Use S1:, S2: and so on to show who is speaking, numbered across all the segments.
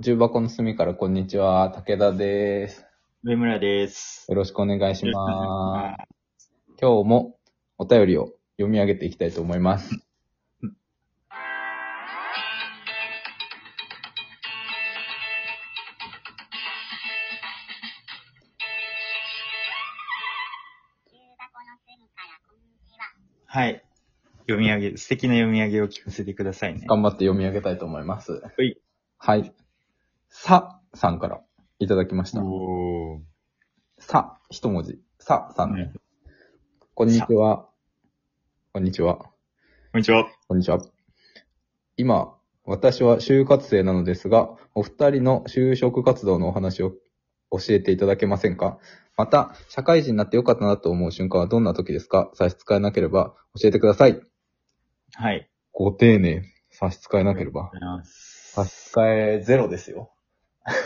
S1: 重箱の隅からこんにちは、武田です。
S2: 上村です。
S1: よろしくお願いしま
S2: は
S1: す。今日もお便りを読み上げていきたいと思います。
S2: い。読み上げ、素敵な読み上げを聞かせてくださいね。
S1: 頑張って読み上げたいと思います。
S2: い
S1: はい。さ、さんからいただきました。
S2: おー
S1: さ、一文字。さ、さん
S2: うん
S1: ね。こんにちは。こんにちは。
S2: こんにちは。
S1: こんにちは。今、私は就活生なのですが、お二人の就職活動のお話を教えていただけませんかまた、社会人になってよかったなと思う瞬間はどんな時ですか差し支えなければ教えてください。
S2: はい。あり
S1: ご丁寧。差し支えなければ
S2: がとう。ございます
S1: 差し支えゼロですよ。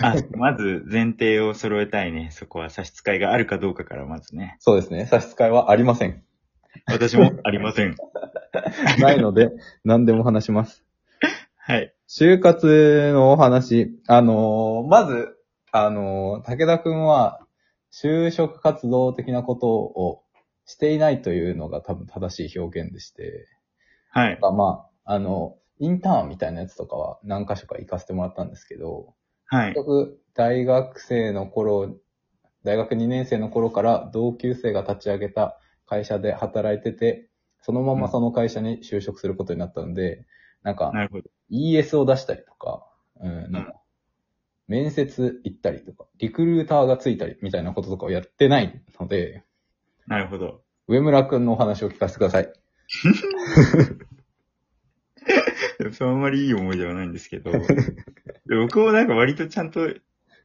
S2: あ、まず前提を揃えたいね。そこは差し支えがあるかどうかからまずね。
S1: そうですね。差し支えはありません。
S2: 私もありません。
S1: ないので、何でも話します。
S2: はい。
S1: 就活のお話、あのーまず、あのー武田くんは、就職活動的なことをしていないというのが多分正しい表現でして、
S2: はい。
S1: まあ、あの、インターンみたいなやつとかは何箇所か行かせてもらったんですけど、
S2: は
S1: 結
S2: い。
S1: 局、大学生の頃、大学2年生の頃から同級生が立ち上げた会社で働いてて、そのままその会社に就職することになったので、なんか、
S2: なるほど。
S1: ES を出したりとか、うん、なんか、面接行ったりとか、リクルーターがついたりみたいなこととかをやってないので、
S2: なるほど。
S1: 上村くんのお話を聞かせてください。
S2: でもそうあんまりいい思い出はないんですけど。で僕もなんか割とちゃんと、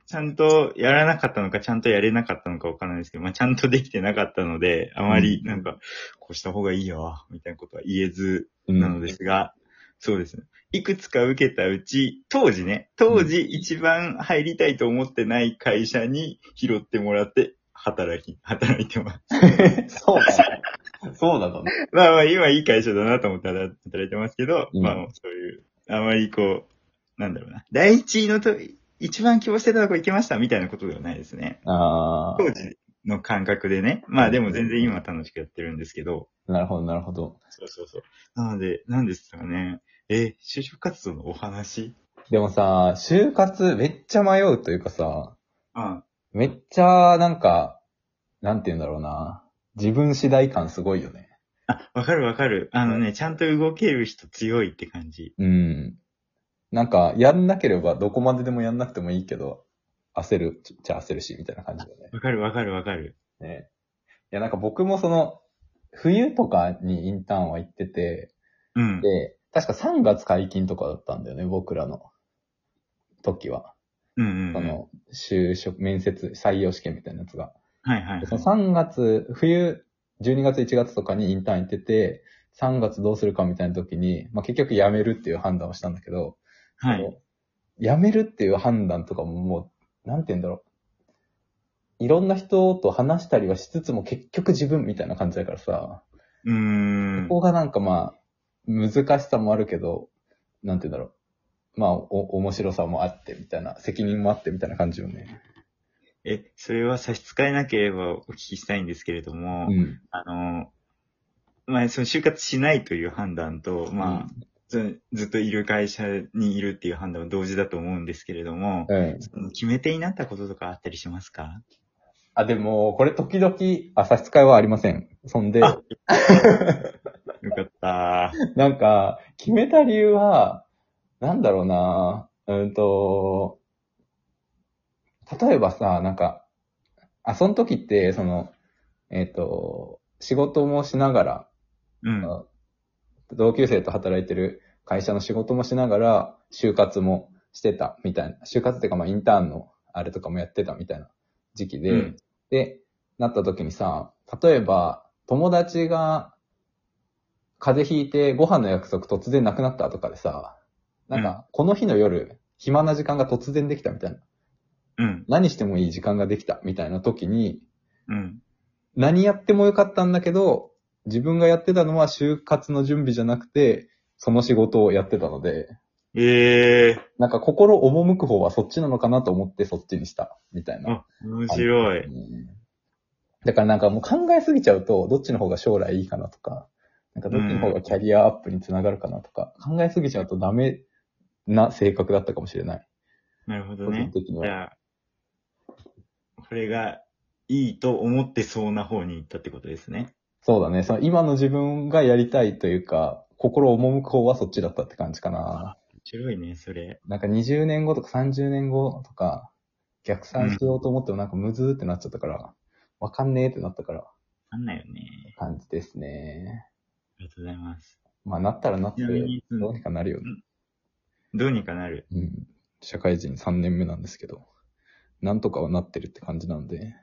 S2: ちゃんとやらなかったのか、ちゃんとやれなかったのかわからないですけど、まあちゃんとできてなかったので、あまりなんか、こうした方がいいよ、みたいなことは言えず
S1: うん
S2: なのですが、そうですね。いくつか受けたうち、当時ね、当時一番入りたいと思ってない会社に拾ってもらって、働き、働いてま す。
S1: そうだね。そうだとね。
S2: まあまあ、今いい会社だなと思って働いてますけど、
S1: うん
S2: まあそういう、あまりこう、なんだろうな。第一のと、一番希望してたとこ行けましたみたいなことではないですね。
S1: あ
S2: 当時の感覚でね。まあでも全然今楽しくやってるんですけど。
S1: あ、なるほど、なるほど。
S2: そうそうそう。なので、なんですかね。え、就職活動のお話
S1: でもさ、就活めっちゃ迷うというかさ、
S2: あ
S1: めっちゃなんか、なんて言うんだろうな。自分次第感すごいよね。
S2: あ、わかるわかる。あのね、ちゃんと動ける人強いって感じ。
S1: うん。なんか、やんなければどこまででもやんなくてもいいけど、焦るっちゃ焦るし、みたいな感じだよね。
S2: わかるわかるわかる。
S1: ね。いや、なんか僕もその、冬とかにインターンは行ってて、
S2: うん。
S1: で、確か3月解禁とかだったんだよね、僕らの時は。
S2: うんうん、
S1: そ
S2: うん。はい
S1: の、就職、面接、採用試験みたいなやつが。
S2: はいはい
S1: で。その3月、冬、12月、1月とかにインターン行ってて、3月どうするかみたいな時に、まあ、結局辞めるっていう判断をしたんだけど、
S2: は
S1: そ
S2: い。
S1: の辞めるっていう判断とかももう、なんて言うんだろう。いろんな人と話したりはしつつも結局自分みたいな感じだからさ、
S2: うーん。
S1: ここがなんかまあ、難しさもあるけど、なんて言うんだろう。まあ、お、面白さもあってみたいな、責任もあってみたいな感じよね。
S2: え、それは差し支えなければお聞きしたいんですけれども、
S1: うん。
S2: あの、まあ、その就活しないという判断と、まあ、ずずっといる会社にいるっていう判断は同時だと思うんですけれども、
S1: うん。
S2: その決め手になったこととかあったりしますか
S1: あ、でも、これ時々、あ、差し支えはありません。そんで、
S2: あよかった。
S1: なんか、決めた理由は、なんだろうなうんと、例えばさ、なんか、あ、その時って、その、えっ、と、仕事もしながら、
S2: うん。
S1: あ同級生と働いてる会社の仕事もしながら、就活もしてたみたいな、就活っていうか、まあ、インターンのあれとかもやってたみたいな時期で、
S2: うん
S1: で、なった時にさ、例えば、友達が風邪ひいてご飯の約束突然なくなったとかでさ、なん
S2: う
S1: か、この日の夜、暇な時間が突然できたみたいな、
S2: うん。
S1: 何してもいい時間ができたみたいな時に、
S2: うん。
S1: 何やってもよかったんだけど、自分がやってたのは就活の準備じゃなくて、その仕事をやってたので、
S2: ええ
S1: なんか心赴く方はそっちなのかなと思ってそっちにした、みたいな。
S2: あ、面白い。
S1: うんだからなんかもう考えすぎちゃうと、どっちの方が将来いいかなとか、なんかどっちの方がキャリアアップにつながるかなとか、考えすぎちゃうとダメな性格だったかもしれない。
S2: なるほど
S1: 個人
S2: ね。
S1: 的に
S2: じ
S1: は。
S2: ゃあ、これがいいと思ってそうな方に行ったってことですね。
S1: そうだね。その今の自分がやりたいというか、心赴く方はそっちだったって感じかな。
S2: 面白いね、それ。
S1: なんか20年後とか30年後とか、逆算しようと思ってもなんかムズーってなっちゃったから、わかんねえってなったから、
S2: なんだよね。
S1: 感じですね。
S2: ありがとうございます。
S1: まあなったらなって、
S2: ちなみにうん
S1: どうにかなるよね。
S2: どうにかなる。
S1: うん。社会人3年目なんですけど、なんとかはなってるって感じなんで、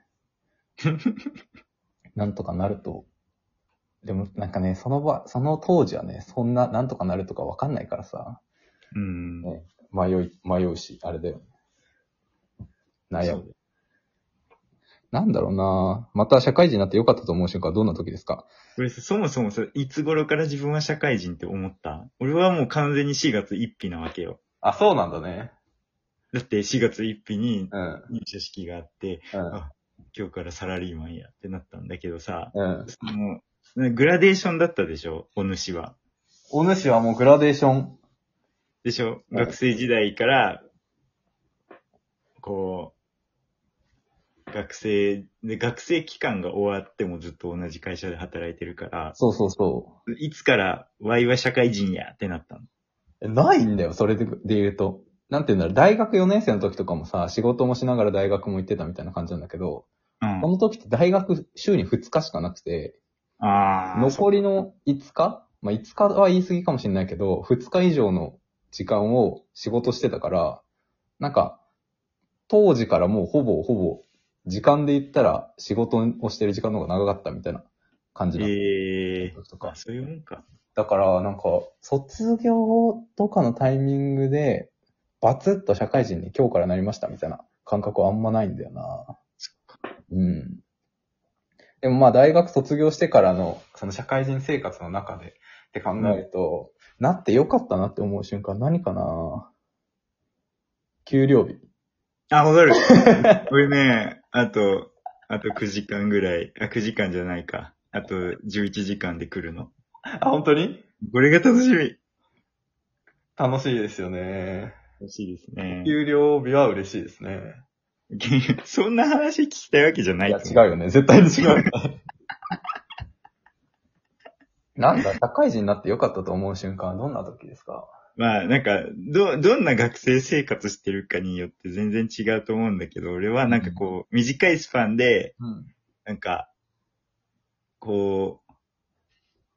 S1: なんとかなると、でもなんかね、その場、その当時はね、そんな、なんとかなるとかわかんないからさ、
S2: うん。
S1: ね迷い、迷うし、あれだよね。悩
S2: そ
S1: む。
S2: う
S1: なんだろうなまた社会人になってよかったと思う瞬間はどんな時ですか
S2: これさそもそもさ、いつ頃から自分は社会人って思った俺はもう完全に4月1日なわけよ。
S1: あ、そうなんだね。
S2: だって4月1日に
S1: うん。
S2: 入社式があって、
S1: うん。
S2: 今日からサラリーマンやってなったんだけどさ、
S1: うん。
S2: その、グラデーションだったでしょお主は。
S1: お主はもうグラデーション。
S2: でしょ
S1: うん
S2: 学生時代から、こう、学生、で、学生期間が終わってもずっと同じ会社で働いてるから、
S1: そうそうそ
S2: いつからワイは社会人やってなったの
S1: う。えないんだよ、それでで言うと。なんて言うんだろう、大学4年生の時とかもさ、仕事もしながら大学も行ってたみたいな感じなんだけど、
S2: うん
S1: この時って大学週に2日しかなくて、
S2: ああ。
S1: 残りの5日まあ5日は言い過ぎかもしれないけど、2日以上の時間を仕事してたから、なんか、当時からもうほぼほぼ、時間で言ったら仕事をしてる時間の方が長かったみたいな感じだった
S2: ええー。
S1: とか
S2: あそういうもんか。
S1: だから、なんか、卒業とかのタイミングで、バツッと社会人に今日からなりましたみたいな感覚はあんまないんだよな。うん。でもまあ大学卒業してからの、その社会人生活の中でって考えると、なってよかったなって思う瞬間何かな給料日。
S2: あ、わかる。俺ね、あと、あと9時間ぐらい、あ、9時間じゃないか。あと11時間で来るの。
S1: あ、本当に
S2: これが楽しみ。
S1: 楽しいですよね。
S2: 楽しいですね。
S1: 給料日は嬉しいですね。
S2: そんな話聞きたいわけじゃないい
S1: や、違うよね。絶対に違うよ ね。なんだ、社会人になって良かったと思う瞬間はどんな時ですか
S2: まあ、なんか、ど、どんな学生生活してるかによって全然違うと思うんだけど、俺はなんかこう、短いスパンで、
S1: うん。
S2: なんか、こ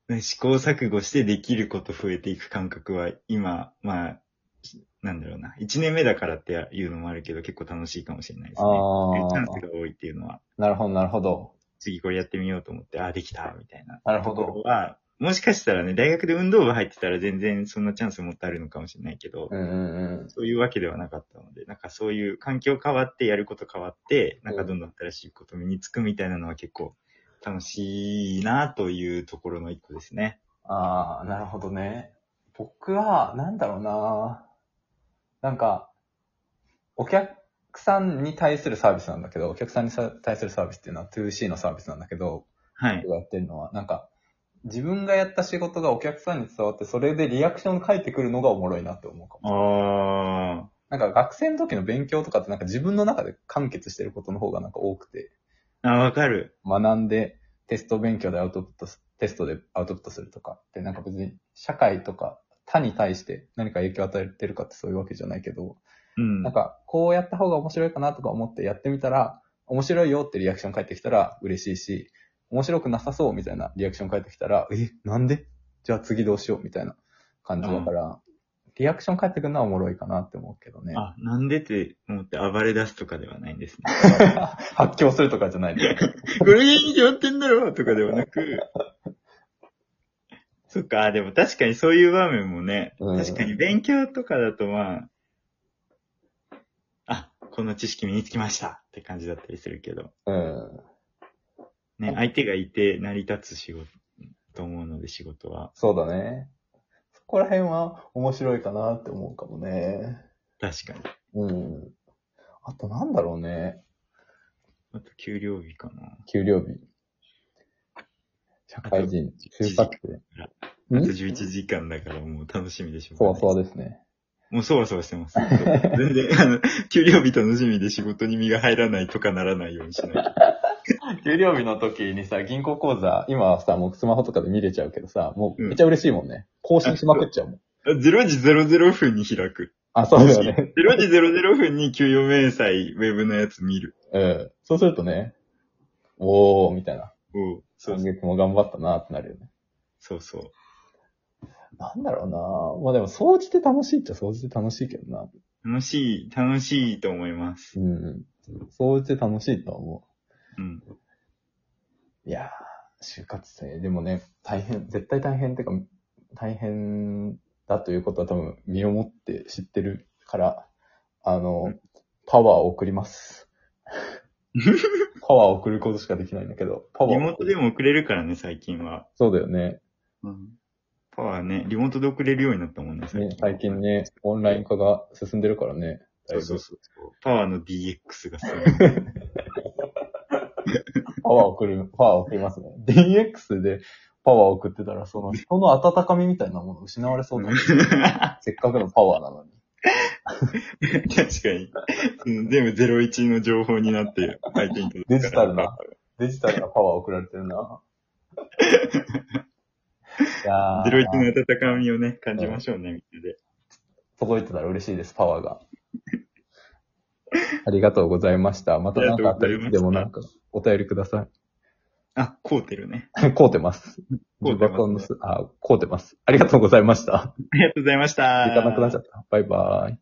S2: う、ね試行錯誤してできること増えていく感覚は今、まあ、しなんだろうな。1年目だからっていうのもあるけど、結構楽しいかもしれないですね。
S1: あ
S2: チ ャン
S1: ー
S2: スが多いっていうのは、
S1: なるほど、なるほど。
S2: 次これやってみようと思って、ああ、できたみたいな。
S1: なるほ
S2: ところ
S1: ど。
S2: は、もしかしたらね、大学で運動部入ってたら全然そんなチャンスもっとあるのかもしれないけど、
S1: うんうん
S2: そういうわけではなかったので、なんかそういう環境変わってやること変わって、なんかどんどん新しいこと身につくみたいなのは結構楽しいなというところの一個ですね。
S1: うん。ああ、なるほどね。僕は、なんだろうな。なんか、お客さんに対するサービスなんだけど、お客さんにさ対するサービスっていうのは 2C のサービスなんだけど、
S2: はい。
S1: やってるのは、なんか、自分がやった仕事がお客さんに伝わって、それでリアクション返ってくるのがおもろいなって思うかも。
S2: あ
S1: なんか学生の時の勉強とかってなんか自分の中で完結してることの方がなんか多くて、
S2: ー、あ、わかる。
S1: 学んでテスト勉強でアウトプットす、テストでアウトプットするとかってなんか別に社会とか他に対して何か影響を与えてるかってそういうわけじゃないけど、
S2: うん。
S1: なんかこうやった方が面白いかなとか思ってやってみたら、面白いよってリアクション返ってきたら嬉しいし、面白くなさそうみたいなリアクション返ってきたら、え、なんでじゃあ次どうしようみたいな感じだから、リアクション返ってくるのはおもろいかなって思うけどね。
S2: あ、なんでって思って暴れ出すとかではないんですね。
S1: 発狂するとかじゃないで。
S2: これいいに決まってんだろとかでは なく、そっか、でも確かにそういう場面もね、
S1: うん
S2: 確かに勉強とかだとまあ、あ、この知識身につきましたって感じだったりするけど、
S1: うん。
S2: ね、相手がいて成り立つ仕事と思うので仕事は。
S1: そうだね。こら辺は面白いかなって思うかもね。
S2: 確かに。
S1: うん。あとなんだろうね。
S2: あと、給料日かな。
S1: 給料日。社会人、就活生。
S2: あと
S1: ん
S2: 11時間だからもう楽しみでしょう
S1: そ
S2: が
S1: わ
S2: な
S1: そわ
S2: い
S1: ですね。
S2: もうそわそわしてます。本当全然、あの、給料日楽しみで仕事に身が入らないとかならないようにしないと。
S1: 給料日の時にさ、銀行口座、今はさ、もうスマホとかで見れちゃうけどさ、もう
S2: うん
S1: めっちゃ嬉しいもんね。更新しまくっちゃうもん。
S2: 0時00分に開く。
S1: あ、そうだよね。
S2: 0時00分に給与明細、ウェブのやつ見る。
S1: うん。そうするとね、おー、みたいな。
S2: おうそう
S1: 今月も頑張ったなってなるよね。
S2: そうそう。
S1: なんだろうなまあでも、掃除て楽しいっちゃ掃除て楽しいけどな。
S2: 楽しい、楽しいと思います。
S1: うん。掃除て楽しいとは思
S2: うん。
S1: う。いやー、就活生。でもね、大変、絶対大変ってか、大変だということは多分、身をもって知ってるから、あの、
S2: うん
S1: パワーを送ります。パワーを送ることしかできないんだけど、パワ
S2: リ
S1: ーを
S2: モートでも送れるからね、最近は。
S1: そうだよね。
S2: うん。パワーね、リモートで送れるようになったもんね、
S1: ね
S2: は
S1: 最近ね、オンライン化が進んでるからね。だい
S2: そ
S1: ぶ
S2: うそうそう。パワーの DX がすごい。
S1: パワー送る、パワー送りますね。DX でパワー送ってたら、その人の温かみみたいなもの失われそう だ、ね。せっかくのパワーなのに。
S2: 確かに。うん全部01の情報になって、相手に届
S1: デ
S2: くから
S1: ジタル な。デジタルなパワー送られてるな。いや
S2: 01の
S1: ー、
S2: 温かみをね、感じましょうね、みんなで。
S1: 届いてたら嬉しいです、パワーが。 ありがとうございました。また何かあった
S2: あり
S1: り
S2: が
S1: で
S2: とう
S1: も
S2: ござ
S1: ない
S2: まし
S1: んか
S2: た
S1: お便りくださ
S2: あ、こうてるね。
S1: い。 こうてます。
S2: こうて
S1: 自
S2: ます
S1: 爆音のすあ、こうてます。ありがとうございました。
S2: ありがとうございました。
S1: 時間なくなっちゃった。バイバーイ。